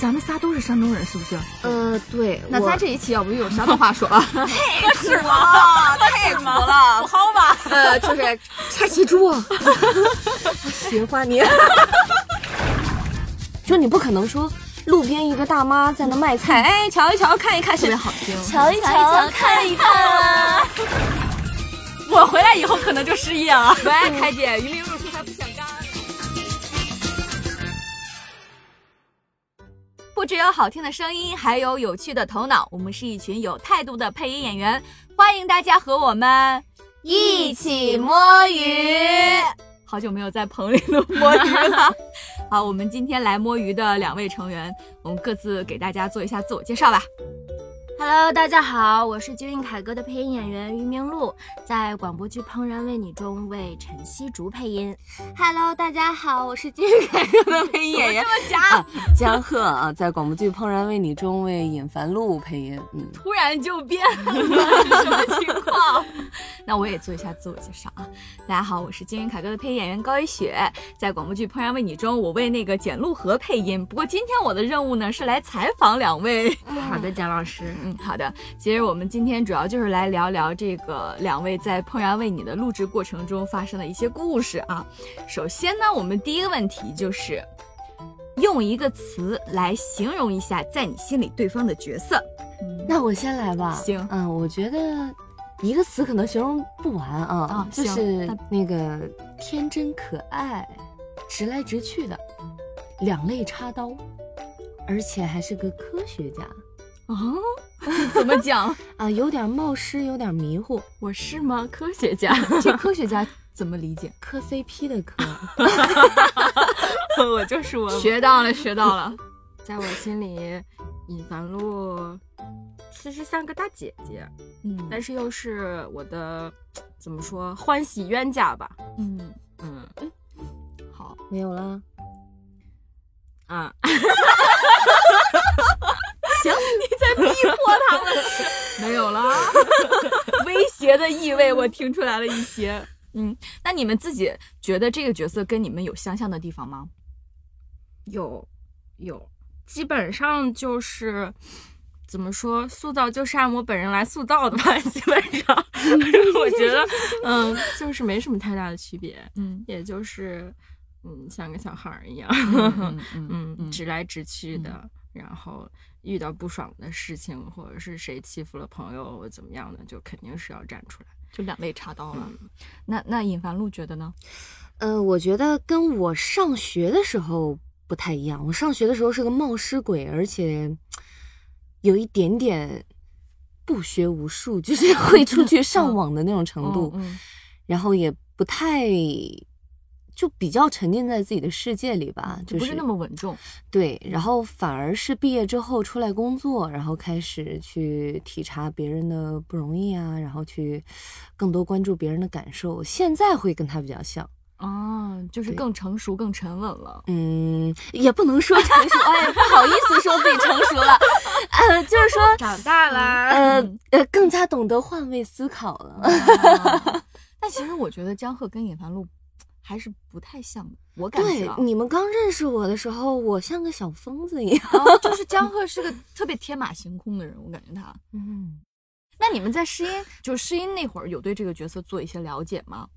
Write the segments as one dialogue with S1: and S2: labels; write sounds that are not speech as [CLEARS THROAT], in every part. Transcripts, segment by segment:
S1: 咱们仨都是山东人，是不是？
S2: 呃，对，
S3: 那
S2: 我
S3: 咱这一期要不就用山东话说了？啊
S4: 土
S3: [LAUGHS]
S4: 了，太土了，好吧。
S2: 呃就是掐起猪，喜欢你。就你不可能说路边一个大妈在那卖菜，哎，瞧一瞧，看一看，特
S3: 特别好听。
S4: 瞧一瞧，看一看啊。我回来以后可能就失业了。
S3: 喂，开姐，鱼鳞肉出他不想干。不只有好听的声音，还有有趣的头脑。我们是一群有态度的配音演员，欢迎大家和我们
S4: 一起摸鱼。
S3: 好久没有在棚里头摸鱼了。 [LAUGHS] 好，我们今天来摸鱼的两位成员，我们各自给大家做一下自我介绍吧。
S5: Hello，大家好，我是军运凯歌的配音演员于明露，在广播剧《怦然为你》中为陈曦竹配音。
S4: Hello，大家好，我是金凯歌的配音演员。
S2: 江鹤啊，在广播剧《怦然为你》中为尹凡露配音，嗯，
S3: 突然就变了，什么情况？那我也做一下自我介绍啊。大家好，我是金云凯歌的配音演员高一雪，在广播剧《怦然为你》中，我为那个简露荷配音。不过今天我的任务呢是来采访两位。
S5: 好的，蒋老师，
S3: 嗯，好的。其实我们今天主要就是来聊聊这个两位在《怦然为你》的录制过程中发生的一些故事啊。首先呢，我们第一个问题就是用一个词来形容一下在你心里对方的角色。
S2: 那我先来吧。
S3: 行
S2: 嗯，我觉得一个词可能形容不完啊，
S3: 啊
S2: 就
S3: 行
S2: 是
S3: 那
S2: 那个天真可爱、直来直去的，两肋插刀，而且还是个科学家
S3: 哦，怎么讲？
S2: 啊，有点冒失，有点迷糊，
S3: [LAUGHS] 我是吗？科学家， [LAUGHS] 这科学家怎么理解？
S2: 磕 CP 的磕。
S4: [LAUGHS] 我就是我
S3: 学到了，学到了。
S5: 在我心里，尹凡露其实像个大姐姐，
S3: 嗯
S5: 但是又是我的怎么说欢喜冤家吧？
S3: 嗯，
S5: 嗯
S3: 好，
S2: 没有了，
S5: 啊，
S3: 没有 [LAUGHS] 了。威胁的意味我听出来了一些。嗯，那你们自己觉得这个角色跟你们有相像的地方吗？
S5: 有有，基本上就是。怎么说？塑造就是按我本人来塑造的吧， [LAUGHS] 基本上，我觉得，嗯，就是没什么太大的区别。
S3: 嗯
S5: 也就是嗯，像个小孩儿一样，
S3: 嗯嗯
S5: 嗯，直来直去的。然后遇到不爽的事情，或者是谁欺负了朋友或怎么样的，就肯定是要站出来。
S3: 就两肋插刀了。那那尹凡露觉得呢？
S2: 呃，我觉得跟我上学的时候不太一样。我上学的时候是个冒失鬼，而且有一点点不学无术，就是 [LAUGHS] 会出去上网的那种程度，
S3: 嗯嗯
S2: 然后也不太就比较沉浸在自己的世界里吧，就
S3: 嗯不是那么稳重。
S2: 对，然后反而是毕业之后出来工作，然后开始去体察别人的不容易啊，然后去更多关注别人的感受。现在会跟他比较像，
S3: 哦，就是
S2: 对
S3: 更成熟、更沉稳了。
S2: 嗯，也不能说成熟，哎，不好意思说自己成熟了，呃，就是说，
S5: 长大啦，
S2: 呃呃，更加懂得换位思考
S3: [LAUGHS]
S2: [LAUGHS] 了。
S3: 哦但其实我觉得江鹤跟尹凡露还是不太像的，我感觉
S2: 对
S3: 啊，
S2: 你们刚认识我的时候，我像个小疯子一样。
S3: 哦就是江鹤是个特别天马行空的人，我感觉他。
S2: 嗯，
S3: 那你们在试音，就是试音那会儿，有对这个角色做一些了解吗？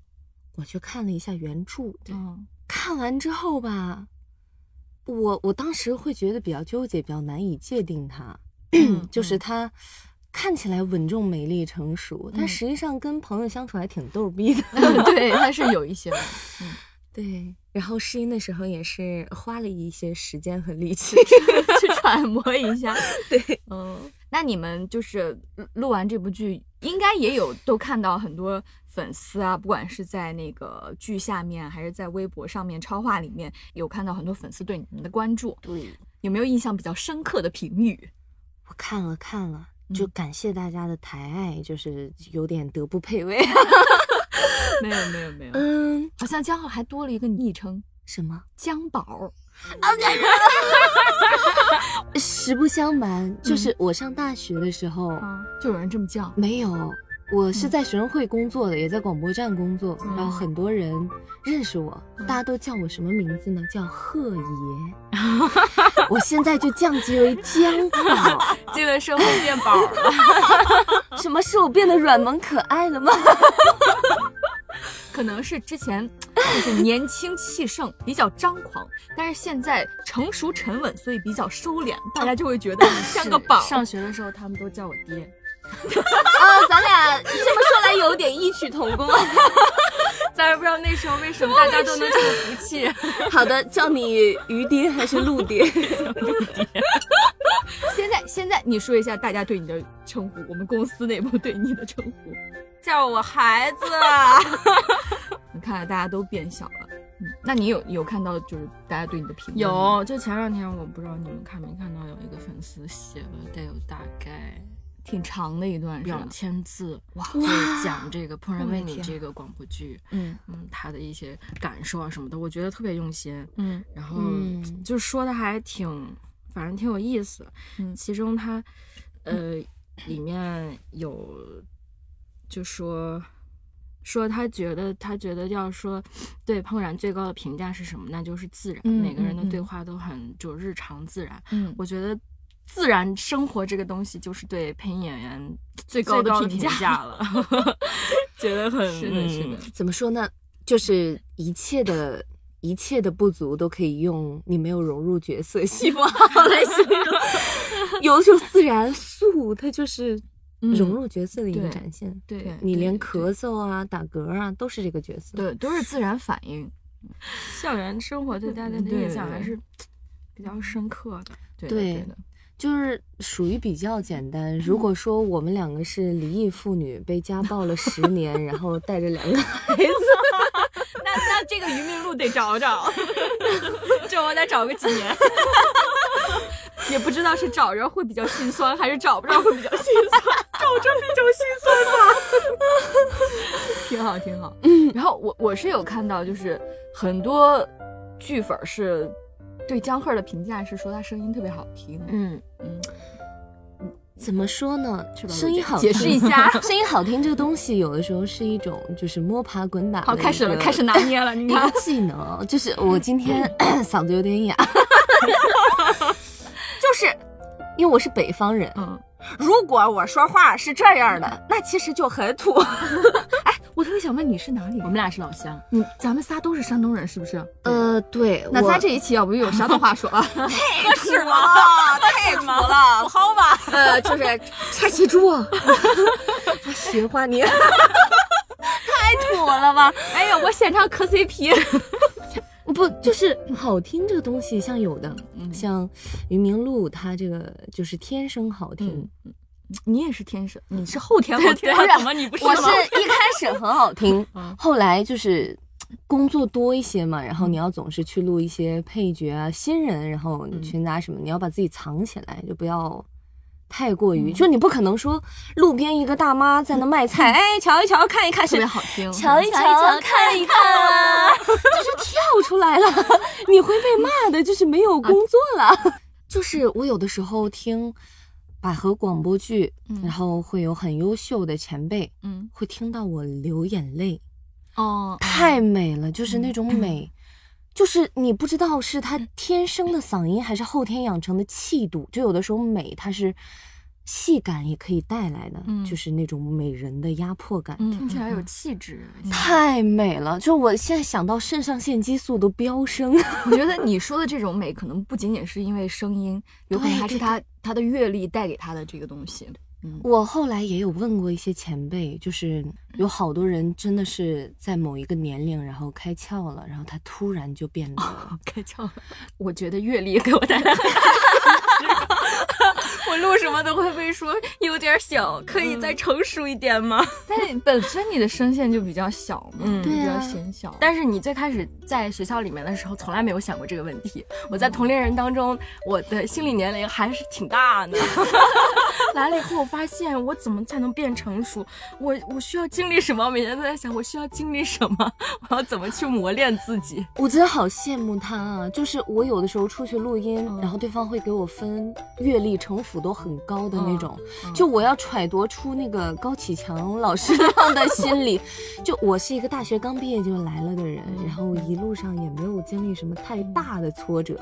S2: 我去看了一下原著，对
S3: 嗯，
S2: 看完之后吧，我我当时会觉得比较纠结，比较难以界定它，
S3: 嗯
S2: 就是
S3: 嗯
S2: 它看起来稳重、美丽、成熟，但
S3: 嗯
S2: 实际上跟朋友相处还挺逗
S3: [LAUGHS]
S2: 逼的。
S3: 对，他是有一些的。
S2: 对，然后试音的时候也是花了一些时间和力气。
S3: 去揣摩一下。
S2: 对，
S3: 嗯，那你们就是录录完这部剧，应该也有都看到很多粉丝啊，不管是在那个剧下面，还是在微博上面超话里面，有看到很多粉丝对你们的关注。
S2: 对，
S3: 有没有印象比较深刻的评语？
S2: [LAUGHS] 我看了看了，就
S3: 嗯
S2: 感谢大家的抬爱，就是有点德不配位。
S3: 没有，没有，没有。
S2: [LAUGHS] 嗯，
S3: 好像江浩还多了一个昵称
S2: 什么？
S3: “江宝
S2: 实不相瞒，就是我上大学的时候。”，
S3: 就有人这么
S2: [LAUGHS]
S3: 叫。
S2: 没有，我是在学生会工作的，也在广播站工作，
S3: 嗯
S2: 然后很多嗯 [LAUGHS] 人认识我，大家都叫我什么名字呢？叫贺爷。我现在就降级为姜 [LAUGHS] 宝。
S5: 这个社会变宝了，
S2: 什么是我变得软萌可爱了吗？
S3: 可能是之前就是年轻气盛，比较张狂，但是现在成熟沉稳，所以比较收敛，大家就会觉得你像个宝。
S5: 上学的时候他们都叫我爹，
S3: [LAUGHS]
S2: 啊， [LAUGHS] 咱俩这么说来有点异曲同工。
S5: [LAUGHS]
S2: 啊
S5: 咱也不知道那时候
S3: [LAUGHS]
S5: 为什么大家都能这么服气。
S2: [LAUGHS] 好的，叫你鱼爹还是陆爹？
S3: 现在现在你说一下大家对你的称呼，我们公司内部对你的称呼。
S5: 叫我孩子，
S3: 你看大家都变小了，嗯，那你有有看到就是大家对你的评论吗？
S5: 有就前两天我不知道你们看没看到有一个粉丝写了得有大概
S3: 挺长的一段是吧
S5: 两？千字
S3: 哇
S5: 就是讲这个《怦然为
S3: 我
S5: 你
S3: 的》天
S5: 这个广播剧，
S3: 嗯
S5: 嗯，他的一些感受啊什么的，我觉得特别用心。
S3: 嗯
S5: 然后
S2: 嗯
S5: 就说的还挺，反正挺有意思。
S3: 嗯
S5: 其中他呃里面有就说说他觉得他觉得要说对怦然最高的评价是什么？那就是自然，
S3: 嗯
S5: 每个人的
S3: 嗯嗯
S5: 对话都很就日常自然。
S3: 嗯，
S5: 我觉得自然生活这个东西就是对配音演员最
S3: 高
S5: 高
S3: 的
S5: 的
S3: 评
S5: 评
S3: 价
S5: 价嗯了， [LAUGHS] 觉得很
S3: 是的，是的，
S2: [LAUGHS] 怎么说呢？就是一切的。一切的不足都可以用你没有融入角色细胞来形容，有的时候自然素它就是融入角色的一个
S3: 对
S2: 展现。
S5: 对
S3: 对
S2: 你
S5: 对
S2: 连咳嗽啊、打嗝啊都是这个角色。
S3: 对，都是自然反应。
S5: 校园生活对大家的
S3: 嗯对
S5: 印象
S3: 对
S5: 还是比较深刻的。
S3: 对的
S2: 对
S3: 对的，
S2: 就是属于比较简单。如果说我们两个是离异妇女，被家暴了十年，然后带着两个孩子，
S4: [LAUGHS] 那那这个余命路得找找， [LAUGHS] 这我得找个几年， [LAUGHS] 也不知道是找着会比较心酸，还是找不着会比较心
S3: [LAUGHS]
S4: 酸，
S3: 挺好，挺好。
S5: 嗯
S3: 然后我我是有看到，就是很多剧粉儿是对姜鹤的评价是说他声音特别好听。
S5: 嗯，
S3: 嗯，
S2: 怎么说呢？
S3: 是吧
S2: 声音好
S3: 解
S2: 听，
S3: 释一下
S2: [LAUGHS] 声音好听这个东西，有的时候是一种就是摸爬滚打。
S4: 好，开始了，开始。拿捏了，你
S3: [LAUGHS]
S2: [LAUGHS] 一个
S4: 看，
S2: 技能就是我今
S1: [LAUGHS]
S2: 天嗓子有点哑，就是因为我是北方人，
S3: 嗯，
S1: 如果我说话是这样的，那其实就很土。
S3: 我特别想问你是哪里
S5: 我
S3: 人？
S5: 们俩是老乡，
S3: 你咱们仨都是山东人，是不是？
S2: 呃，
S1: [LAUGHS]
S2: 对，
S3: 那
S2: 我
S3: 咱这一期要不有山东话说啊？
S5: [LAUGHS]
S1: 是吗？太土了，好吧。
S2: 呃就是
S1: [LAUGHS]
S2: 掐起住，我 [LAUGHS] 学花你。
S4: 吐了吧？哎呀，我现场磕 CP，
S2: 哦不，就是好听这个东西，像有的，像于明露，她这个就是天生好听，
S3: 你也是天生，你是
S4: 后天后天，怎么你不是
S2: 我
S4: 吗
S2: 是？一开始很好听，后来就是工作多一些嘛，然后你要总是去录一些配角啊、新人，然后你群杂什么，你要把自己藏起来，就不要。太过于，就你不可能说路边一个大妈在那卖菜，哎，瞧一瞧，看一看
S3: 特
S2: 是
S3: 别好听。
S2: 瞧一瞧，看一看，就是跳出来了，你会被骂的，就是没有工作了。 [LAUGHS] 就是我有的时候听百合广播剧，然后会有很优秀的前辈，
S3: 嗯，
S2: 会听到我流眼泪，
S3: [LAUGHS] 哦，
S2: 太美了，就是那种美。就是你不知道是他天生的嗓音，还是后天养成的气度。就有的时候美，它是戏感也可以带来的，
S3: 嗯
S2: 就是那种美人的压迫感。
S3: 嗯
S5: 听起来有
S3: 嗯
S5: 气质。
S3: [LAUGHS]
S2: 太美了，就我现在想到肾上腺激素都飙升。 [LAUGHS]
S3: 我觉得你说的这种美，可能不仅仅是因为声音，有可能还是他他的阅历带给他的这个东西。
S2: 我后来也有问过一些前辈，就是有好多人真的是在某一个年龄，然后开窍了，然后他突然就变得
S3: 开窍了，
S5: 我觉得阅历
S4: [LAUGHS]
S5: 给我带来，
S3: [LAUGHS]
S5: 我录什么都会被说有点小，可以
S4: 嗯
S5: 再成熟一点吗？
S3: 嗯
S5: [LAUGHS]
S3: 但是本身你的声线就比较小嘛，
S5: 嗯
S3: 比
S2: 对
S3: 较
S2: 啊
S3: 显小。
S5: 但是你最开始在学校里面的时候，从来没有想过这个问题。我在同龄人当中，我的心理年龄还是挺大
S3: [LAUGHS]
S5: 的。 [LAUGHS] 来了以后，我发现我怎么才能变成熟？我我需要经历什么？我每天都在想，我需要经历什么？ [LAUGHS] 我要怎么去磨练自己？
S2: 我真的好羡慕他啊！就是我有的时候出去录音，
S3: 嗯
S2: 然后对方会给我分阅历、城府都很高的
S3: 嗯
S2: 那种，就我要揣度出那个高启强老师那样的心理。 [LAUGHS] 就我是一个大学刚
S3: 嗯嗯
S2: 毕业就来了的人，然后一路上也没有经历什么太大的挫折，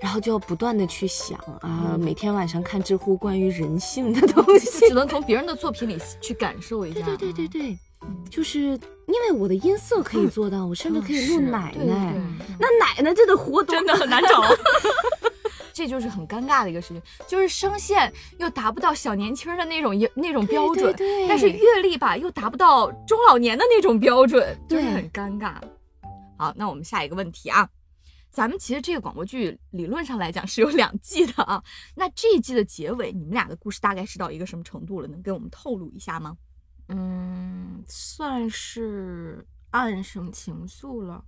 S2: 然后就要不断的去想啊，每天晚上看知乎关于人性
S3: 嗯
S2: 的东西。
S3: 只能从别人的作品里去感受一下。
S2: [LAUGHS] 对对对对对，
S3: 嗯
S2: 就是因为我的音色可以做到，我甚至可以录奶
S3: 嗯对对
S2: 奶。
S3: 对
S2: 那奶奶这得活多
S3: 真的
S2: [LAUGHS]
S3: 很难找。 [LAUGHS] 这就是很尴尬的一个事情，就是声线又达不到小年轻的那种那种标准，
S2: 对对对
S3: 但是阅历吧又达不到中老年的那种标准，就是
S2: 对
S3: 很尴尬。好，那我们下一个问题啊，咱们其实这个广播剧理论上来讲是有两季的啊，那这一季的结尾，你们俩的故事大概是到一个什么程度了？能给我们透露一下吗？
S5: 嗯，算是暗生情愫了，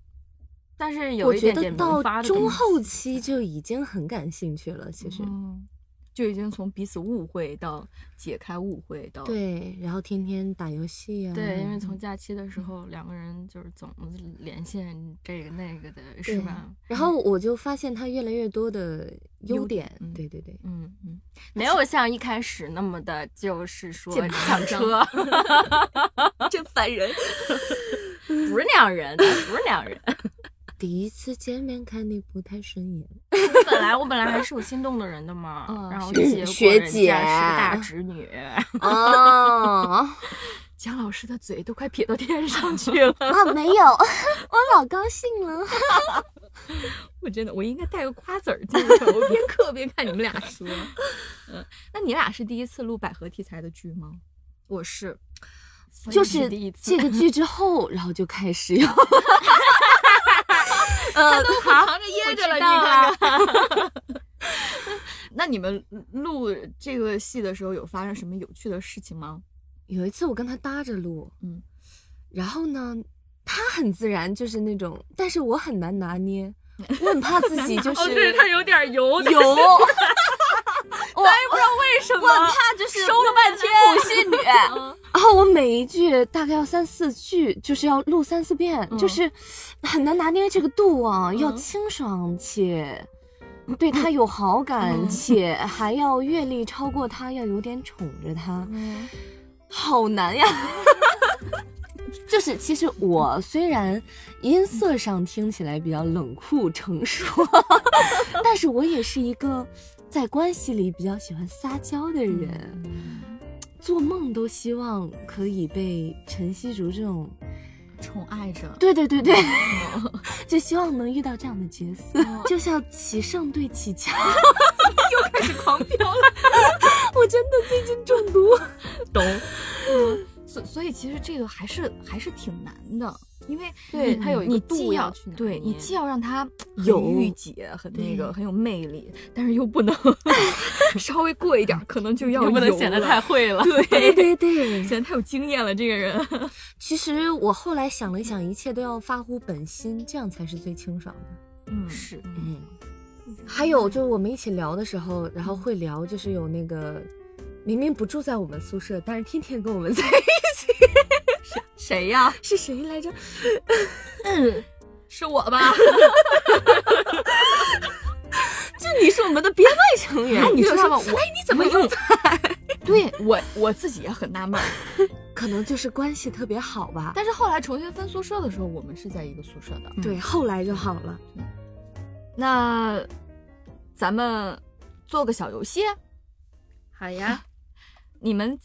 S5: 但是有
S2: 我
S5: 一
S2: 觉
S5: 点
S2: 得
S5: 点
S2: 到
S5: 萌发的
S2: 中
S5: 东
S2: 后
S5: 西
S2: 期就已经很感兴趣了，其实。
S3: 嗯，就已经从彼此误会到解开误会到
S2: 对，然后天天打游戏啊。
S5: 对，因为从假期的时候，两个人就是总连线这个那个的，是
S2: 对
S5: 吧？
S2: 然后我就发现他越来越多的优点，
S5: 嗯
S2: 对对对，
S5: 嗯嗯，没有像一开始那么的，就是说
S3: 剑拔
S5: 抢
S3: 弩张
S5: [LAUGHS] 车，
S3: 真烦人。
S5: 不是那样人，不是那样人。
S2: 第一次见面看你不太
S5: [LAUGHS]
S2: 顺眼，
S5: 本来我本来还 [LAUGHS] 是有心动的人的嘛，
S3: 嗯
S5: 然后结果
S2: 学
S5: 人
S2: 姐
S5: 家是大侄女，
S2: 哦，
S3: 姜老师的嘴都快撇到天上去了，
S2: 啊没
S5: [LAUGHS]
S2: 有，我老高兴了。
S3: 我真的，我应该带个瓜子儿进去，我 [LAUGHS] 边嗑边看你们俩说。嗯，那你俩是第一次录百合题材的剧吗？
S5: 我是，我
S2: 就
S5: 也
S2: 是
S5: 第一次
S2: 这，个剧之后，然后就开
S5: [LAUGHS]
S2: 始有， [LAUGHS] 呃
S3: 他都藏着掖着了，你看看。那你们录这个戏的时候，有发生什么有趣的事情吗？
S2: 有一次我跟他搭着录，
S3: 嗯，
S2: 然后呢，他很自然，就是那种，但是我很难拿捏，我很怕自己就是
S5: 哦对他有点油，
S2: 哦有，
S5: 为什
S2: 我很怕就是收了半天普信 [LAUGHS] 女，然后我每一句大概要三四句，就是要录三四遍，就是很难拿捏这个度啊，要清爽且。对他有好感，且还要阅历超过他，要有点宠着他，好难呀！ [LAUGHS] 就是，其实我虽然音色上听起来比较冷酷成熟， [LAUGHS] 但是我也是一个在关系里比较喜欢撒娇的人，做梦都希望可以被陈希如这种，
S3: 宠爱着，
S2: 对对对对， [LAUGHS] 就希望能遇到这样的角色，就像棋圣对启强，
S3: 狂飙了。
S2: 我真的最近中毒。
S3: 懂。所所以其实这个还是还是挺难的，因为
S5: 对
S3: 你
S5: 它有一个
S3: 你
S5: 度
S3: 既
S5: 要
S3: 要
S5: 去拿
S3: 对你
S5: 捏
S3: 既要让它很
S2: 有
S3: 御姐很那个很有魅力，但是又不能 [LAUGHS] 稍微过一点儿，可能就要
S5: 又不能
S3: 油
S5: 显得
S3: 了
S5: 太会了，
S2: 对 [LAUGHS] 对对，
S3: 显得太有经验了，这个人
S2: 其实我后来想了想，一切都要发乎本心，这样才是最清爽的。
S3: 嗯
S5: 是
S2: 嗯，还有就是我们一起聊的时候，然后会聊，就是有那个明明不住在我们宿舍，但是天天跟我们在一起，
S3: 谁呀？
S2: 是谁来着？
S3: 是我吧？
S2: 这你是我们的编外成
S5: 嗯
S2: 员，
S3: 你知道 [LAUGHS] 吗？
S2: 就
S3: [LAUGHS]
S2: 是
S3: 我哎，你怎么又在？对我我自己也很纳闷儿，
S2: 可能就是关系特别好吧。
S3: 但是后来重新分宿舍的时候，我们是在一个宿舍的，
S2: 对，后来就好了。
S3: 那咱们做个小游戏，
S5: 好呀，
S3: [LAUGHS] 你们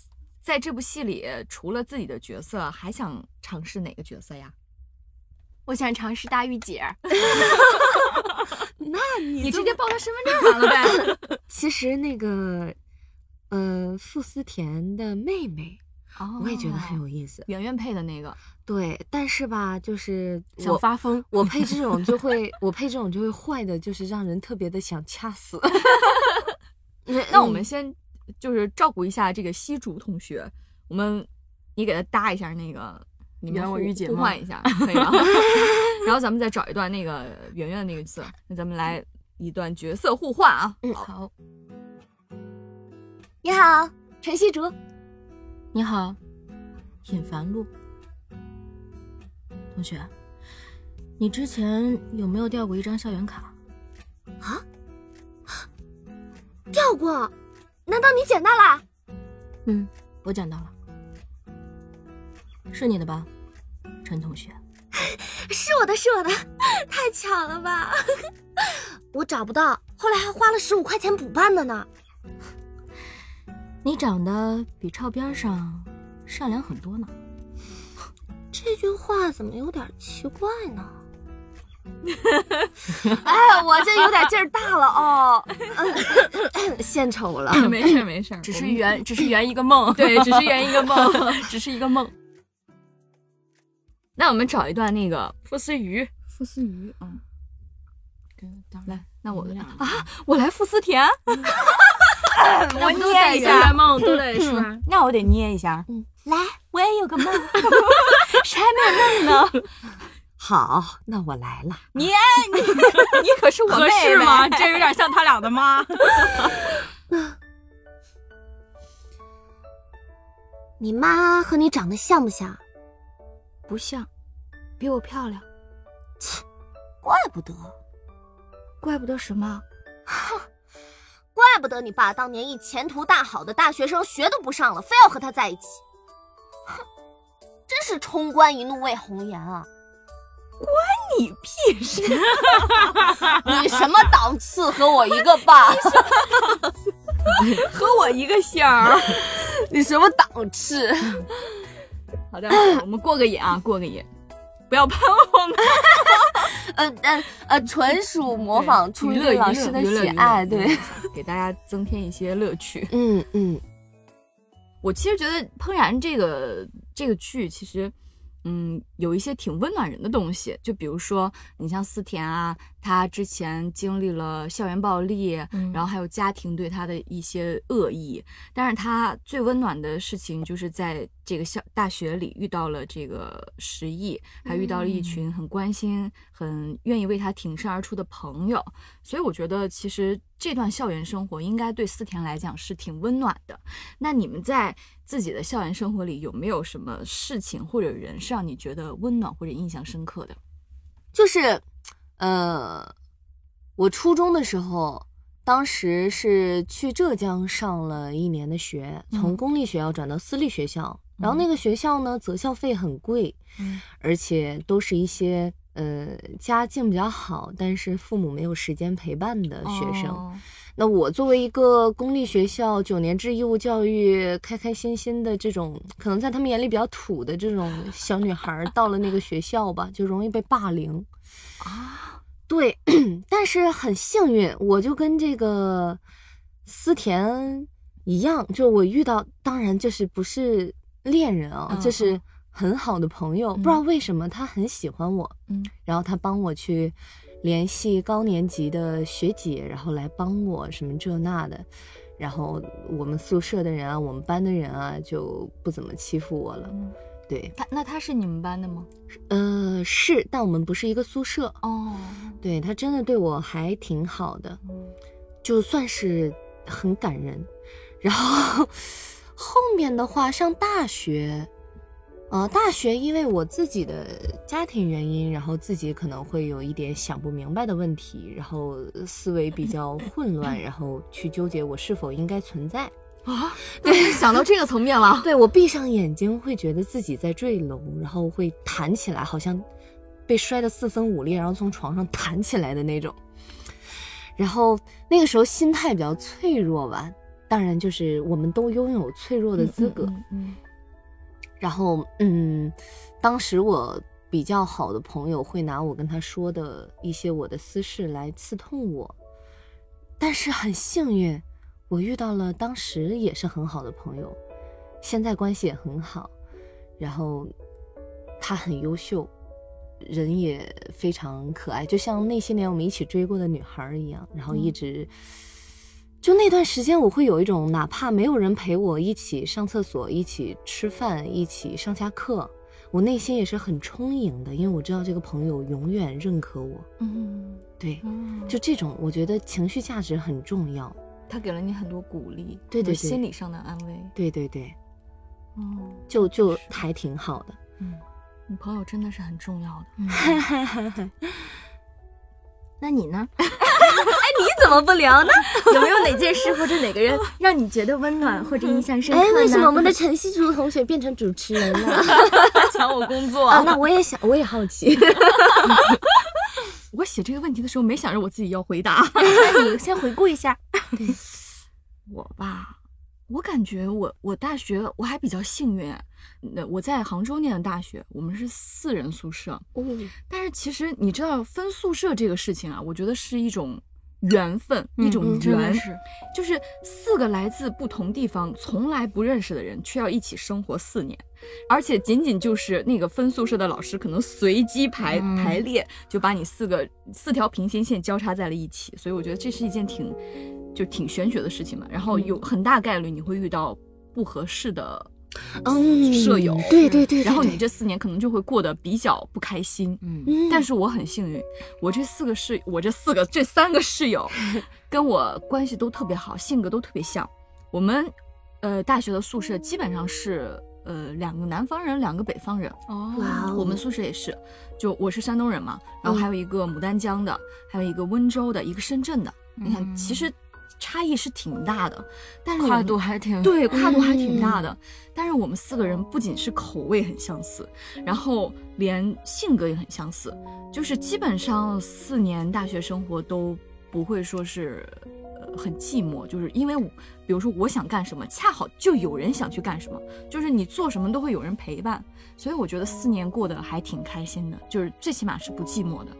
S3: 在这部戏里除了自己的角色，还想尝试哪个角色呀？
S5: 我想尝试大御姐，
S2: 那
S3: 你
S2: 你
S3: 直
S2: 这
S3: 接报他身份证完了呗。
S2: 其实那个，呃，傅斯田的妹妹，我也觉得很有意思。
S3: [LAUGHS] 圆圆配的那个，
S2: 对，但是吧，就是
S5: 想
S2: 我
S5: 发疯，
S2: 我配这种就会，我配这种就会坏的，就是让人特别的想掐 [LAUGHS] 死。嗯
S3: 那我
S5: 嗯
S3: 们先就是照顾一下这个西竹同学，我们你给他搭一下那个，你们
S5: 原我
S3: 互
S5: 御姐
S3: 互
S5: 吗
S3: 换一
S5: [LAUGHS]
S3: 下，可以吗？ [LAUGHS] 然后咱们再找一段那个圆圆的那个角色，那咱们来一段角色互换
S5: [LAUGHS]
S3: 啊。
S5: 好，
S2: 你好，陈希竹，
S5: 你好，尹凡路同学，你之前有没有掉过一张校园卡？
S2: 掉过，难道你捡到了？
S5: 嗯，我捡到了，是你的吧，陈同学？
S2: [LAUGHS] 是我的，是我的，太巧了吧！我找不到，后来还花了十五块钱补办的呢。
S3: 你长得比照片上善良很多呢。
S2: 这句话怎么有点奇怪呢？ [LAUGHS]
S1: 哎，我这有点劲儿大了哦。
S2: [LAUGHS] 献丑了，
S3: 没事没事，
S5: 只是圆，只是圆一个梦。
S3: 嗯 [LAUGHS] 对，只是圆一
S5: [LAUGHS]
S3: 个梦，只是一个梦。那我们找一段那个
S5: 傅斯鱼，
S3: 傅斯鱼，嗯，
S5: 来，
S3: 那我
S5: 俩
S3: 啊，我来傅斯
S5: [LAUGHS]
S3: 田，嗯
S5: 我捏一下梦，
S3: [LAUGHS]
S5: 对，是吧？
S3: 那我得捏一下。
S2: 嗯，来，
S3: 我也有个
S2: [LAUGHS]
S3: 梦，谁还没有梦呢？
S2: 好，那我来了。
S3: 你你你可是我妹
S5: 合
S3: 妹
S5: 适 [LAUGHS] 吗？这有点像他俩的妈。
S2: [LAUGHS] 你妈和你长得像不像？
S3: 不像，比我漂亮，
S2: 怪不得，
S3: 怪不得什么？
S2: [LAUGHS] 怪不得你爸当年一前途大好的大学生学都不上了，非要和她在一起。哼，真是冲冠一怒为红
S3: [LAUGHS]
S2: 颜啊！
S3: 你屁事！
S2: 你什么档次和我一个爸？
S3: 和我一个姓儿。
S5: [LAUGHS]
S2: 你什么档次？
S3: 好的，我们过个瘾啊，过个瘾，不要喷我们。
S2: 呃呃呃，纯属模仿出
S3: 娱
S2: 于
S3: 乐
S2: 老师的
S3: 娱乐
S2: 喜爱，，
S3: 娱乐娱
S2: 对，
S3: 乐给大家增添一些乐趣。
S2: 嗯嗯，
S3: 我其实觉得《怦然》这个这个剧，其实，嗯，有一些挺温暖人的东西。就比如说，你像思田啊，他之前经历了校园暴力，
S5: 嗯
S3: 然后还有家庭对他的一些恶意，但是他最温暖的事情就是在这个校大学里遇到了这个石毅，还遇到了一群很关心、很愿意为他挺身而出的朋友。所以我觉得，其实这段校园生活应该对思田来讲是挺温暖的。那你们在自己的校园生活里有没有什么事情或者人是让你觉得温暖或者印象深刻的？
S2: 就是，呃，我初中的时候，当时是去浙江上了一年的学，从
S3: 嗯
S2: 公立学校转到私立学校，然后
S3: 嗯
S2: 那个学校呢，择校费很贵，
S3: 嗯
S2: 而且都是一些呃家境比较好，但是父母没有时间陪伴的学生。
S3: 哦
S2: 那我作为一个公立学校九年制义务教育，开开心心的这种，可能在他们眼里比较土的这种小女孩儿，到了那个学校吧，就容易被霸凌。
S3: 啊，
S2: 对， [COUGHS] 但是很幸运，我就跟这个思田一样，就我遇到，当然就是不是恋人啊，
S3: 嗯
S2: 就
S3: 嗯
S2: 是很好的朋友。不知道为什么他很喜欢我，
S3: 嗯，
S2: 然后他帮我去联系高年级的学姐，然后来帮我什么这那的。然后我们宿舍的人啊，我们班的人啊，就不怎么欺负我了。
S3: 嗯
S2: 对，
S3: 他那他是你们班的 [LAUGHS] 吗？
S2: 呃，是，但我们不是一个宿舍。
S3: 哦，
S2: 对他真的对我还挺好的，就算是很感人。然后后面的话，上大学，呃，大学因为我自己的家庭原因，然后自己可能会有一点想不明白的问题，然后思维比较混乱，然后去纠结我是否应该存在。
S3: 对，想到这个层面了。
S2: 对我闭上眼睛会觉得自己在坠楼，然后会弹起来，好像被摔得四分五裂，然后从床上弹起来的那种。然后那个时候心态比较脆弱吧，当然就是我们都拥有脆弱的资格。
S3: 嗯，
S2: 然后嗯，当时我比较好的朋友会拿我跟他说的一些我的私事来刺痛我，但是很幸运，我遇到了当时也是很好的朋友，现在关系也很好，然后他很优秀。人也非常可爱，就像那些年我们一起追过的女孩儿一样，然后一直、就那段时间，我会有一种哪怕没有人陪我一起上厕所、一起吃饭、一起上下课，我内心也是很充盈的，因为我知道这个朋友永远认可我。
S3: [LAUGHS] 嗯
S2: 对，
S3: 嗯，
S2: 就这种，我觉得情绪价值很重要。
S3: 他给了你很多鼓励，
S2: 对对
S3: 和
S2: 对
S3: 心理上的安慰。
S2: 对对对，
S3: 嗯
S2: 就就是还挺好的。
S3: 嗯，你朋友真的是很重要的。
S5: 那你呢？
S1: 你怎么不聊呢？有没有哪件事或者哪个人让你觉得温暖或者印象深刻
S2: 哎
S1: 呢？，
S2: 为什么我们的晨曦竹同学变成主持人了？
S3: [LAUGHS]
S2: 啊
S5: 抢我工作 [LAUGHS]
S2: 啊，那我也想，我也好奇。
S3: 我我写这个问题的时候没想着我自己要回答，
S5: 哎
S3: [LAUGHS]
S5: 那你先回顾一下，
S3: 我吧，我感觉我我大学我还比较幸运，那我在杭州念的大学，我们是四人宿舍。
S2: 哦，
S3: 但是其实你知道分宿舍这个事情啊，我觉得是一种缘分，一种
S2: 嗯
S5: 真
S3: 缘
S5: 的，是
S3: 就是四个来自不同地方、从来不认识的人，却要一起生活四年，而且仅仅就是那个分宿舍的老师可能随机排、
S5: 嗯
S3: 排列，就把你四个四条平行线交叉在了一起，所以我觉得这是一件挺就挺玄学的事情嘛。
S2: 嗯
S3: 然后有很大概率你会遇到不合适的
S2: 嗯，
S3: 舍友，
S2: 对对对对，
S3: 然后你
S2: 对
S3: 这四年可能就会过得比较不开心，
S5: 嗯
S2: 嗯，
S3: 但是我很幸运，我这四个室，我这四个这三个室
S5: [LAUGHS]
S3: 友，跟我关系都特别好，性格都特别像。我们，呃，大学的宿舍基本上是，呃，两个南方人，两个北方人。
S5: 哦
S2: 哇哦，
S3: 我们宿舍也是，就我是山东人嘛，
S5: 嗯
S3: 然后还有一个牡丹江的，还有一个温州的，一个深圳的。你看，其实差异是挺大的，但是我
S5: 嗯跨
S3: 们
S5: 度还挺
S3: 对，跨度还挺大的。但是我们四个人不仅是口味很相似，然后连性格也很相似，就是基本上四年大学生活都不会说是。呃很寂寞，就是因为我，比如说我想干什么，恰好就有人想去干什么，就是你做什么都会有人陪伴，所以我觉得四年过得还挺开心的，就是最起码是不寂寞的。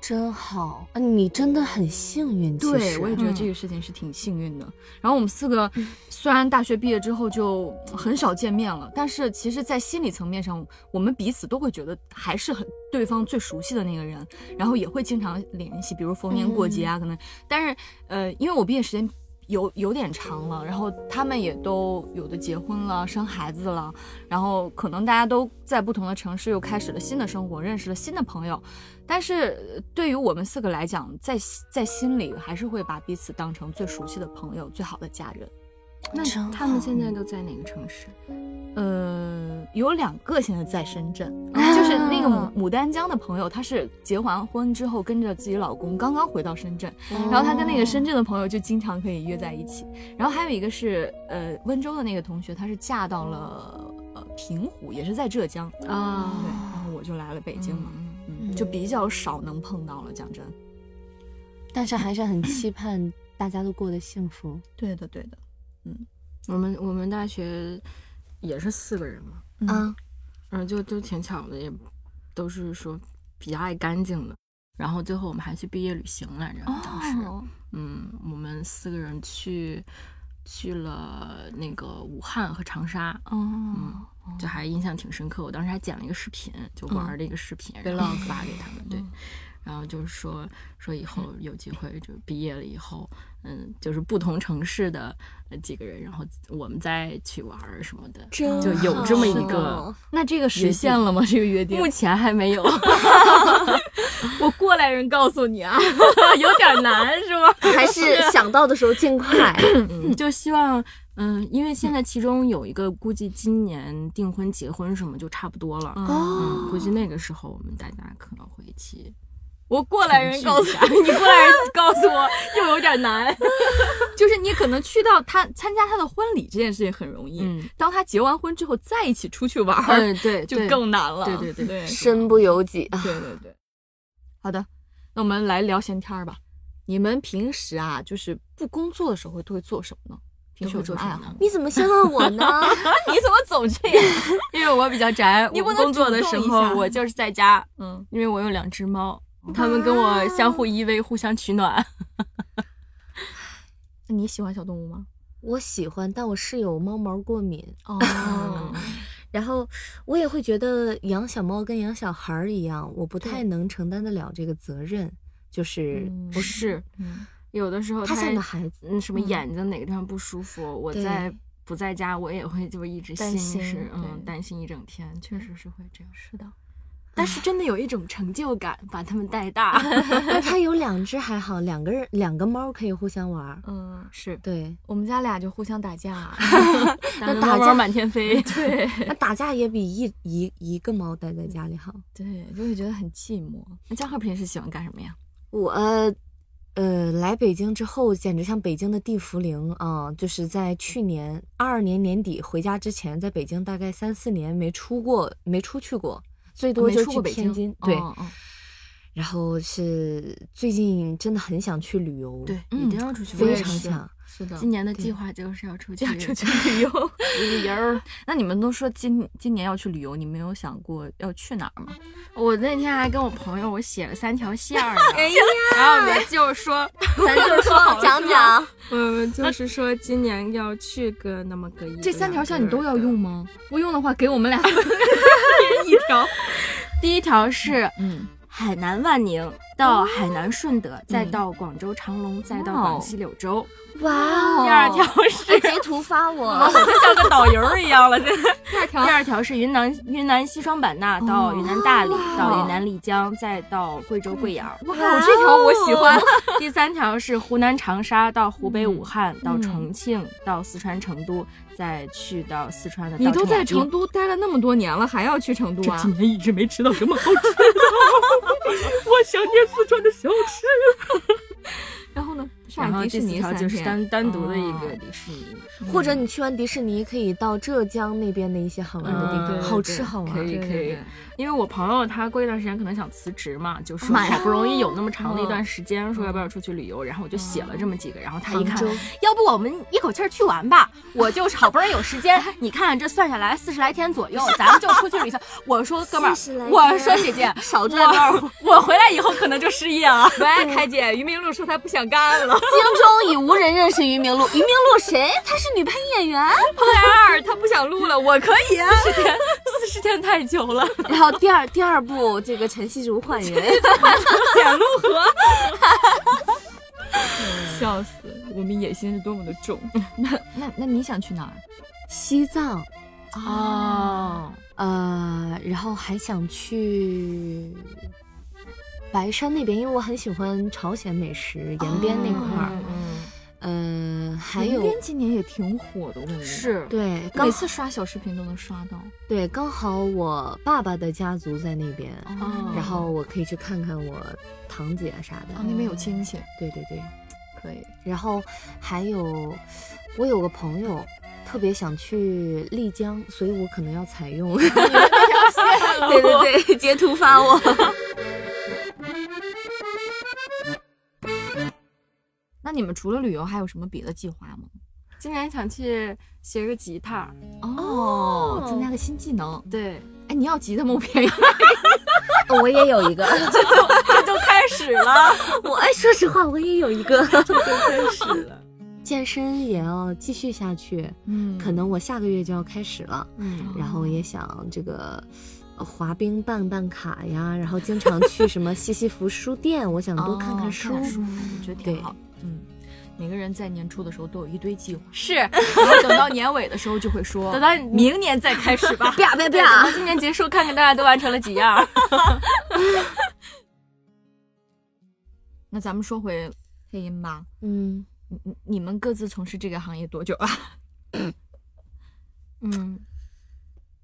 S2: 真好，啊你真的很幸运，其
S3: 对，
S2: 实嗯
S3: 我也觉得
S5: 嗯
S3: 这个事情是挺幸运的。然后我们四个虽然大学毕业之后就很少见面了，但是其实，在心理层面上，我们彼此都会觉得还是很对方最熟悉的那个人，然后也会经常联系，比如逢年过节
S2: 嗯
S3: 啊，可能。但是，呃，因为我毕业时间。有有点长了，然后他们也都有的结婚了，生孩子了，然后可能大家都在不同的城市又开始了新的生活，认识了新的朋友，但是呃对于我们四个来讲，在在心里还是会把彼此当成最熟悉的朋友、最好的家人。
S5: 那
S2: 真好
S5: 他们现在都在哪个城市？
S3: 呃，有两个现在在深圳，
S2: 啊
S3: 就是那个牡牡丹江的朋友，她是结完婚之后跟着自己老公刚刚回到深圳，
S5: 哦
S3: 然后她跟那个深圳的朋友就经常可以约在一起。然后还有一个是呃温州的那个同学，她是嫁到了呃平湖，也是在浙江，对，
S5: 啊，
S3: 然后我就来了北京嘛，
S5: 嗯
S3: 嗯，就比较少能碰到了，讲真。
S2: 但是还是很期盼大家都过得幸福。
S3: 对的，对的。
S5: 我们我们大学也是四个人嘛，
S3: 嗯
S2: 啊，
S5: 然后就就挺巧的，也都是说比较爱干净的。然后最后我们还去毕业旅行来着，当
S3: 哦
S5: 时，嗯，我们四个人去去了那个武汉和长沙，
S3: 哦，
S5: 这还印象挺深刻。我当时还剪了一个视频，就玩儿的一个视频，然后发给他们，对。 [LAUGHS] 然后就是说说以后有机会，就毕业了以后，嗯，就是不同城市的呃几个人，然后我们再去玩儿什么的，
S2: 真
S5: 就有这么一个。
S3: 那这个实现了吗？这个约定
S5: 目？前
S3: [LAUGHS]
S5: 还没有，
S3: 我过来人告诉你啊，
S5: [LAUGHS] 有点难是
S3: [LAUGHS]
S5: 吗？
S1: 还是
S2: [LAUGHS]
S1: 想到的时候尽快。
S5: 嗯，就希望，嗯，因为现在其中有一个估计今年订婚、结婚什么就差不多了，
S3: 哦
S5: 嗯，估计那个时候我们大家可能会一起。
S3: 我过来人告诉
S5: 啊
S3: 你， [LAUGHS] 你过来人告诉我，又有点难。 [LAUGHS] 就是你可能去到他参加他的婚礼这件事情很容易，
S5: [LAUGHS] 嗯
S3: 当他结完婚之后再一起出去玩儿，
S5: 嗯，对，
S3: 就
S5: 对
S3: 更难了。
S5: 对对对
S3: 对
S2: 身不由己啊！
S3: 对对对，好的，那我们来聊闲天儿吧。你们平时啊，就是不工作的时候会都会做什么呢？平时有什么爱好？
S1: 你怎么先问我呢？
S3: 你怎么总这样？ [LAUGHS]
S5: 因为我比较宅，
S3: 你
S5: 我
S3: 不能
S5: 工作的
S3: 主
S5: 时
S3: 动一
S5: 候
S3: 下
S5: 我就是在家，
S3: [LAUGHS] 嗯，啊
S5: 因为我有两只猫，它们跟我相互依偎，互相取暖。
S3: 你喜欢小动物吗？
S2: [LAUGHS] 我喜欢，但我室友猫毛过敏，
S5: 嗯
S3: 哦，
S2: 然后我也会觉得养小猫跟养小孩儿一样，我不太能承担得了这个责任，就是
S3: 嗯
S5: 不是，
S3: 嗯
S5: 有的时候
S2: 它像你的孩子，
S5: 嗯，什么
S2: 嗯
S5: 眼睛哪个地方不舒服，我
S2: 对
S5: 在不在家，我也会就一直
S2: 担
S5: 心
S2: 心
S5: 是嗯
S3: 对
S5: 担心一整天，确实是会这样。
S3: 是的，
S5: 但是真的有一种成就感，把它们带大。
S2: 它有两只还好，两个人两个猫可以互相玩儿。
S3: 嗯，是
S2: 对，
S3: 我们家俩就互相打架，啊 [LAUGHS]
S5: 那
S2: 打
S5: 猫
S2: 架
S5: 猫满天飞， [LAUGHS] 对，
S2: 那打架也比一一一个猫待在家里好。
S3: 对，就会觉得很寂寞。
S5: 那江鹤平时喜欢干什么呀？
S2: 我呃来北京之后，简直像北京的地茯苓啊！就是在去年二二年年底回家之前，在北京大概三四年没出过，没出去过，最多
S5: 没
S2: 就
S5: 出
S2: 去
S5: 过北
S2: 天
S5: 京
S2: 津。对，
S5: 哦哦
S2: 然后是最近真的很想去旅游，
S5: 对，，
S3: 嗯
S5: 一定要出去玩，
S2: 非常想。
S5: 是的，
S3: 今年的计
S5: 对
S3: 划就是要出去
S5: 要
S3: 旅
S5: 出
S3: 游
S5: 去旅游。
S3: 旅游。 [LAUGHS] 那你们都说今今年要去旅游，你们有想过要去哪儿吗？
S5: [LAUGHS] 我那天还跟我朋友，我写了三条线儿呢，然后我们就说，
S1: 咱就说讲讲，
S5: 我们就是说今年要去个那么个一
S3: 这
S5: 个
S3: 三条
S5: 两
S3: 线
S5: 个
S3: 你都要
S5: 的
S3: 用吗？啊不用的话，给我们俩
S5: 一条。 [LAUGHS] 第一条是
S3: 嗯，
S5: 海南万宁到海南顺德，再到广州长隆，再到广西柳州。
S1: 哇哦！
S5: 第二条是
S1: 哎，截图发 [LAUGHS] 我，
S5: 像个导游儿一样了。现在
S3: 第二条
S5: [LAUGHS] 第二条是云南云南西双版纳到云南大理，到云南丽江，再到贵州贵阳。
S3: 哇，这条我喜欢。
S5: [LAUGHS] 第三条是湖南长沙到湖北武汉，到重庆，到四川成都，再去到四川的。
S3: 你都在
S5: 成
S3: 成都待了那么多年了，还要去成都啊？
S5: 年一直没吃到什么好吃的，我想念四川的小吃。
S3: 然后呢？上
S5: 然后
S3: 海迪士
S5: 第四
S3: 尼
S5: 条
S3: 三
S5: 就是
S3: 天
S5: 单单独的一个
S3: 哦
S5: 迪士尼，嗯
S2: 或者你去完迪士尼，可以到浙江那边的一些好玩的地
S5: 嗯
S2: 方，
S5: 对
S2: 好
S5: 对
S2: 吃好玩。
S3: 可以
S5: 对
S3: 可以
S5: 对，因为我朋友他过一段时间可能想辞职嘛，就说
S1: 妈呀
S5: 好不容易有那么长的一段时间，说要不要出去旅游，然后我就写了这么几个，然后他一看
S2: 杭州，
S5: 要不我们一口气儿去完吧，我就好不容易有时间，你看这算下来四十来天左右，咱们就出去旅行。我说哥们儿
S1: 40来，天
S5: 我说姐姐，
S1: 少赚点儿。
S5: 我我回来以后可能就失业了。
S3: 喂，开姐，于明路说他不想干了，
S1: 京中已无人认识于明路，于明路谁？她是女配演员。
S3: 二他不想录了，我可以啊。
S5: 四十天， [LAUGHS] 四十天太久了，
S2: 然后第二第二部这个陈细如换人，
S5: [LAUGHS] 简路河。
S3: 笑死，我们野心是多么的重。 [LAUGHS] 那那那你想去哪儿？
S2: 西藏，
S5: 哦，
S2: 呃，然后还想去白山那边，因为我很喜欢朝鲜美食，延边那块
S1: 哦
S5: 嗯
S2: 儿，呃，还
S3: 延
S2: 有
S3: 边今年也挺火的，我感觉。
S5: 是
S2: 对，刚
S3: 每次刷小视频都能刷到。
S2: 对刚好我爸爸的家族在那边，
S5: 哦
S2: 然后我可以去看看我堂姐啥的，
S1: 哦
S3: 啊，那边有亲戚，
S2: 对对对，
S3: 可以。
S2: 然后还有我有个朋友。特别想去丽江，所以我可能要采用。 [LAUGHS]
S1: 哎对对对，截图发我。
S3: 那你们除了旅游还有什么别的计划吗？
S5: 今年想去学个吉他，
S3: 哦，增加个新技能。
S5: 对， [LAUGHS]
S3: 哎，你要吉他吗？我便宜。
S1: 我也有一个，
S5: 这就开始了，
S1: 我哎，说实话，我也有一个。
S5: 开始了。
S2: [LAUGHS] 健身也要继续下去，
S3: [LAUGHS] 嗯
S2: 可能我下个月就要开始了，
S5: [LAUGHS] 嗯，
S2: 然后也想这个。呃滑冰办办卡呀，然后经常去什么西西弗书店，我想多看看书。
S3: 哦书，我觉得挺
S2: 对
S3: 好。嗯，每个人在年初的时候都有一堆计划，是， [LAUGHS] 然后等到年尾的时候就会 [LAUGHS] 说，
S5: 等到 [LAUGHS] 明年再开始吧。
S1: 啪啪
S5: [LAUGHS] 对，等
S1: 啪
S5: 到！今年结束，看看大家都完成了几样儿。 [LAUGHS]
S3: 那咱们说回配音吧，
S2: 嗯，
S3: 你你你们各自从事这个行业多久啊 [COUGHS] 了？
S5: 嗯，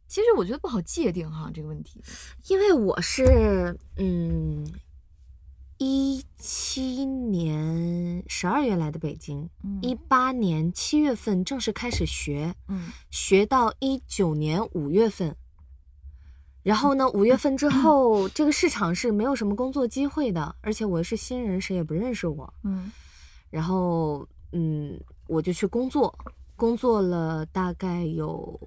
S3: 其实我觉得不好界定哈这个问题。
S2: 因为我是嗯一七年十二月来的北京，
S3: 嗯
S2: 一八、年七月份正式开始学，
S3: 嗯
S2: 学到一九年五月份。然后呢，五月份之
S3: 嗯
S2: 后，这个市场是没有什么工作机会的，而且我是新人，谁也不认识我。
S3: 嗯
S2: 然后，嗯，我就去工作，工作了大概
S3: [COUGHS]
S2: 有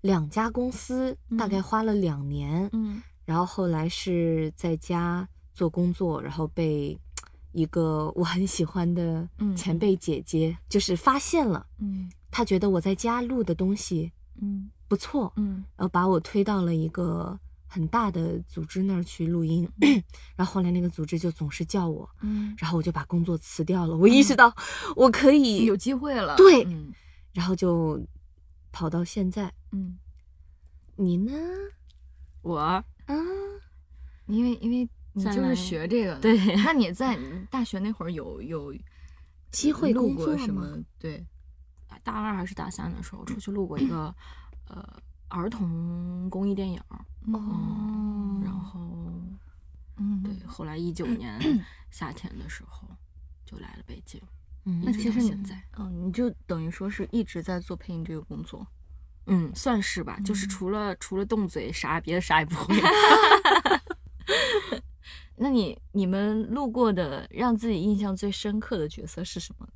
S2: 两家公司，大概花了两年。
S3: 嗯
S2: 然后后来是在家做工作，然后被一个我很喜欢的
S3: 嗯
S2: 前辈姐姐就是发现了，
S3: 嗯
S2: 她觉得我在家录的东西
S3: 嗯
S2: 不错，
S3: 嗯
S2: 然后把我推到了一个很大的组织那儿去录音， [CLEARS THROAT] 然后后来那个组织就总是叫我，
S3: 嗯，
S2: 然后我就把工作辞掉了，我意识到我可
S3: 嗯
S2: 以，
S3: 有机会了。
S2: 对
S3: 嗯
S2: 然后就跑到现在。
S3: 嗯，
S2: 你呢？
S5: 我
S2: 啊，
S3: 因为因为你
S5: 再
S3: 就是
S5: 来
S3: 学这个的，
S5: 对
S3: 那你在你大学那会儿有有
S2: 机会
S3: 录
S2: 工作
S3: 过什
S2: 吗
S3: 么？对，
S5: [LAUGHS] 大二还是大三的时候出去录过一个，呃，儿童公益电影儿，
S3: 哦
S5: 然后
S3: 嗯，
S5: 对，后来一九年夏天的时候就来了北京，
S2: 嗯
S5: 一直到现在，
S3: 嗯，你就等于说是一直在做配音这个工作。
S5: 嗯，算是吧，就是除了除了动嘴啥，别的啥也不会。
S3: [LAUGHS] 那你你们路过的让自己印象最深刻的角色是什么？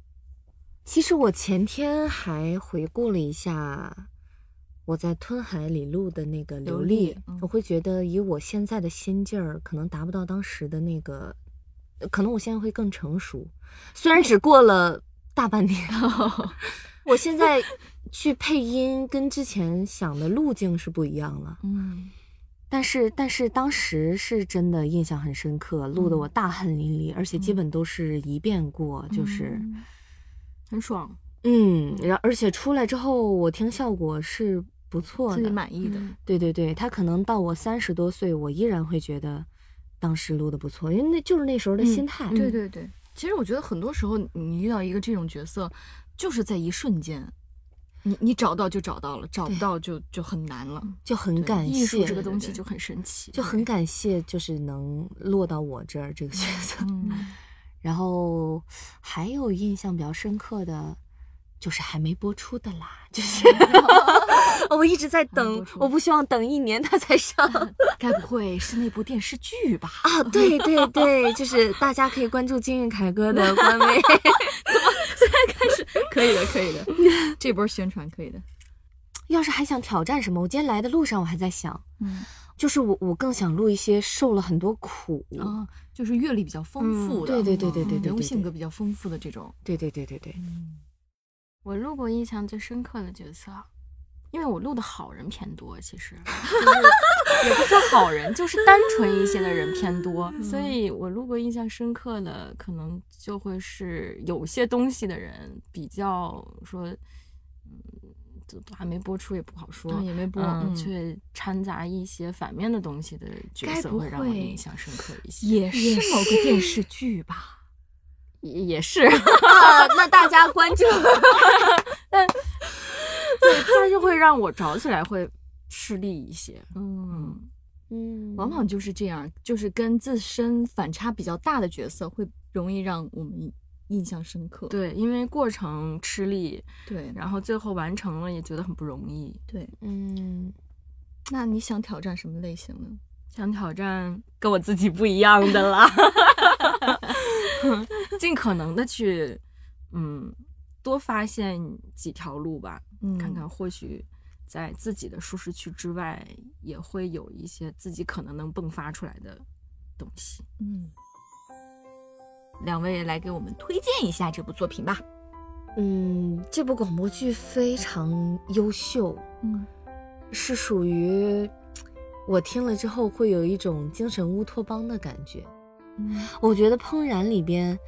S2: 其实我前天还回顾了一下我在吞海里录的那个流
S3: 流
S2: 利，
S3: 利嗯
S2: 我会觉得以我现在的心劲儿，可能达不到当时的那个，呃可能我现在会更成熟，虽然只过了大半 [LAUGHS] 年，我现在去配音跟之前想的路径是不一样了。
S3: 嗯，
S2: 但是，但是当时是真的印象很深刻，录得我大汗淋漓，而且基本都是一遍过，就是
S3: 嗯
S5: 很爽，
S2: 嗯，然而且出来之后，我听效果是不错
S3: 自己
S2: 的。
S3: 满意的，
S5: 嗯
S2: 对对对，他可能到我三十多岁，我依然会觉得当时录的不错，因为那就是那时候的
S5: 嗯
S2: 心态。
S3: 嗯对对对。其实我觉得很多时候你遇到一个这种角色，就是在一瞬间，你你找到就找到了，找不
S2: 对
S3: 到就就很难了。
S2: 就很感
S5: 艺术
S2: 谢，
S5: 这个东
S3: 对
S5: 西
S3: 对
S5: 就很神奇，
S2: 就很感谢，就是能落到我这儿这个角色。 [LAUGHS]
S3: 嗯，
S2: 然后还有印象比较深刻的，就是还没播出的啦，就是
S5: 哦
S2: [LAUGHS] 我一直在等，我不希望等一年它才上
S3: 该不会是那部电视剧吧？ [LAUGHS]
S2: 啊！对对对，就是大家可以关注金韵凯歌的官微。
S3: 可以的，可以的， [LAUGHS] 这波宣传可以的。
S2: [LAUGHS] 要是还想挑战什么，我今天来的路上我还在想，
S3: 嗯，
S2: 就是我我更想录一些受了很多苦，
S3: 啊，就是阅历比较丰富的，嗯
S2: 对对对对对对对
S3: 人物
S2: 对
S3: 性格比较丰富的这种。
S2: 对对对对对，
S5: 我录过印象最深刻的角色，因为我录的好人偏多，其
S3: [LAUGHS]
S5: 实就是也不算好人，就是单纯一些的人偏多，
S3: 嗯
S5: 所以我录过印象深刻的，可能就会是有些东西的人比较说，嗯，都都还没播出也不好说，
S3: 啊也没播
S5: 嗯
S3: 嗯
S5: 却掺杂一些反面的东西的角
S3: 该
S5: 色
S3: 不
S5: 会让我
S3: 会
S5: 印象深刻一些，
S3: 也是某个电视剧 [LAUGHS] 吧？
S5: 也也是。 [LAUGHS]
S2: 啊，那大家关注
S5: 对，它就会让我找起来会吃力一些。
S3: 嗯，
S2: 嗯
S3: 往往就是这样，就是跟自身反差比较大的角色会容易让我们印象深刻。
S5: 对，因为过程吃力，
S3: 对
S5: 然后最后完成了也觉得很不容易。
S3: 对，
S2: 嗯，
S3: 那你想挑战什么类型呢？
S5: 想挑战跟我自己不一样的啦， [LAUGHS] 尽可能的去，嗯，多发现几条路吧，
S3: 嗯
S5: 看看或许在自己的舒适区之外，也会有一些自己可能能迸发出来的东西。
S3: 嗯，两位来给我们推荐一下这部作品吧。
S2: 嗯，这部广播剧非常优秀，
S3: 嗯，
S2: 是属于我听了之后会有一种精神乌托邦的感觉。
S3: 嗯
S2: 我觉得《怦然》里边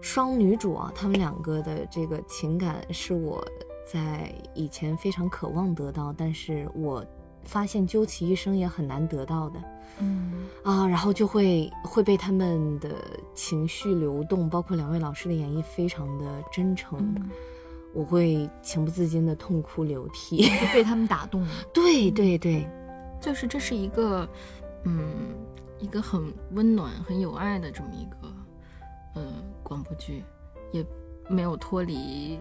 S2: 双女主啊，她们两个的这个情感是我在以前非常渴望得到，但是我发现究其一生也很难得到的。
S3: 嗯
S2: 啊，然后就会会被他们的情绪流动，包括两位老师的演绎非常的真诚，
S3: 嗯
S2: 我会情不自禁的痛哭流涕。
S3: [LAUGHS]
S2: [LAUGHS] 嗯
S3: 被他们打动了。
S2: 对对对，
S5: 就是这是一个，嗯，一个很温暖、很有爱的这么一个，呃，广播剧，也没有脱离，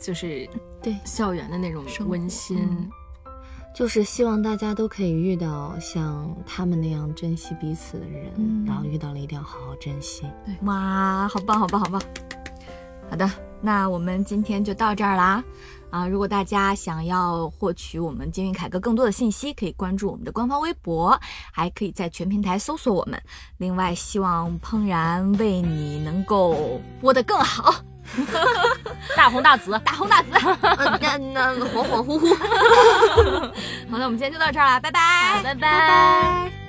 S5: 就是
S2: 对
S5: 校园的那种
S3: 生活
S5: 温馨。
S3: 嗯
S2: 就是希望大家都可以遇到像他们那样珍惜彼此的人，
S3: 嗯
S2: 然后遇到了一定要好好珍惜。
S3: 哇，好棒，好棒，好棒！好的，那我们今天就到这儿啦。啊，如果大家想要获取我们金韵凯歌更多的信息，可以关注我们的官方微博，还可以在全平台搜索我们。另外，希望怦然为你能够播得更好，大红大紫，大红大紫。
S2: 呃那那恍恍惚惚。
S3: 好的，我们今天就到这儿啦，拜拜，拜拜。拜拜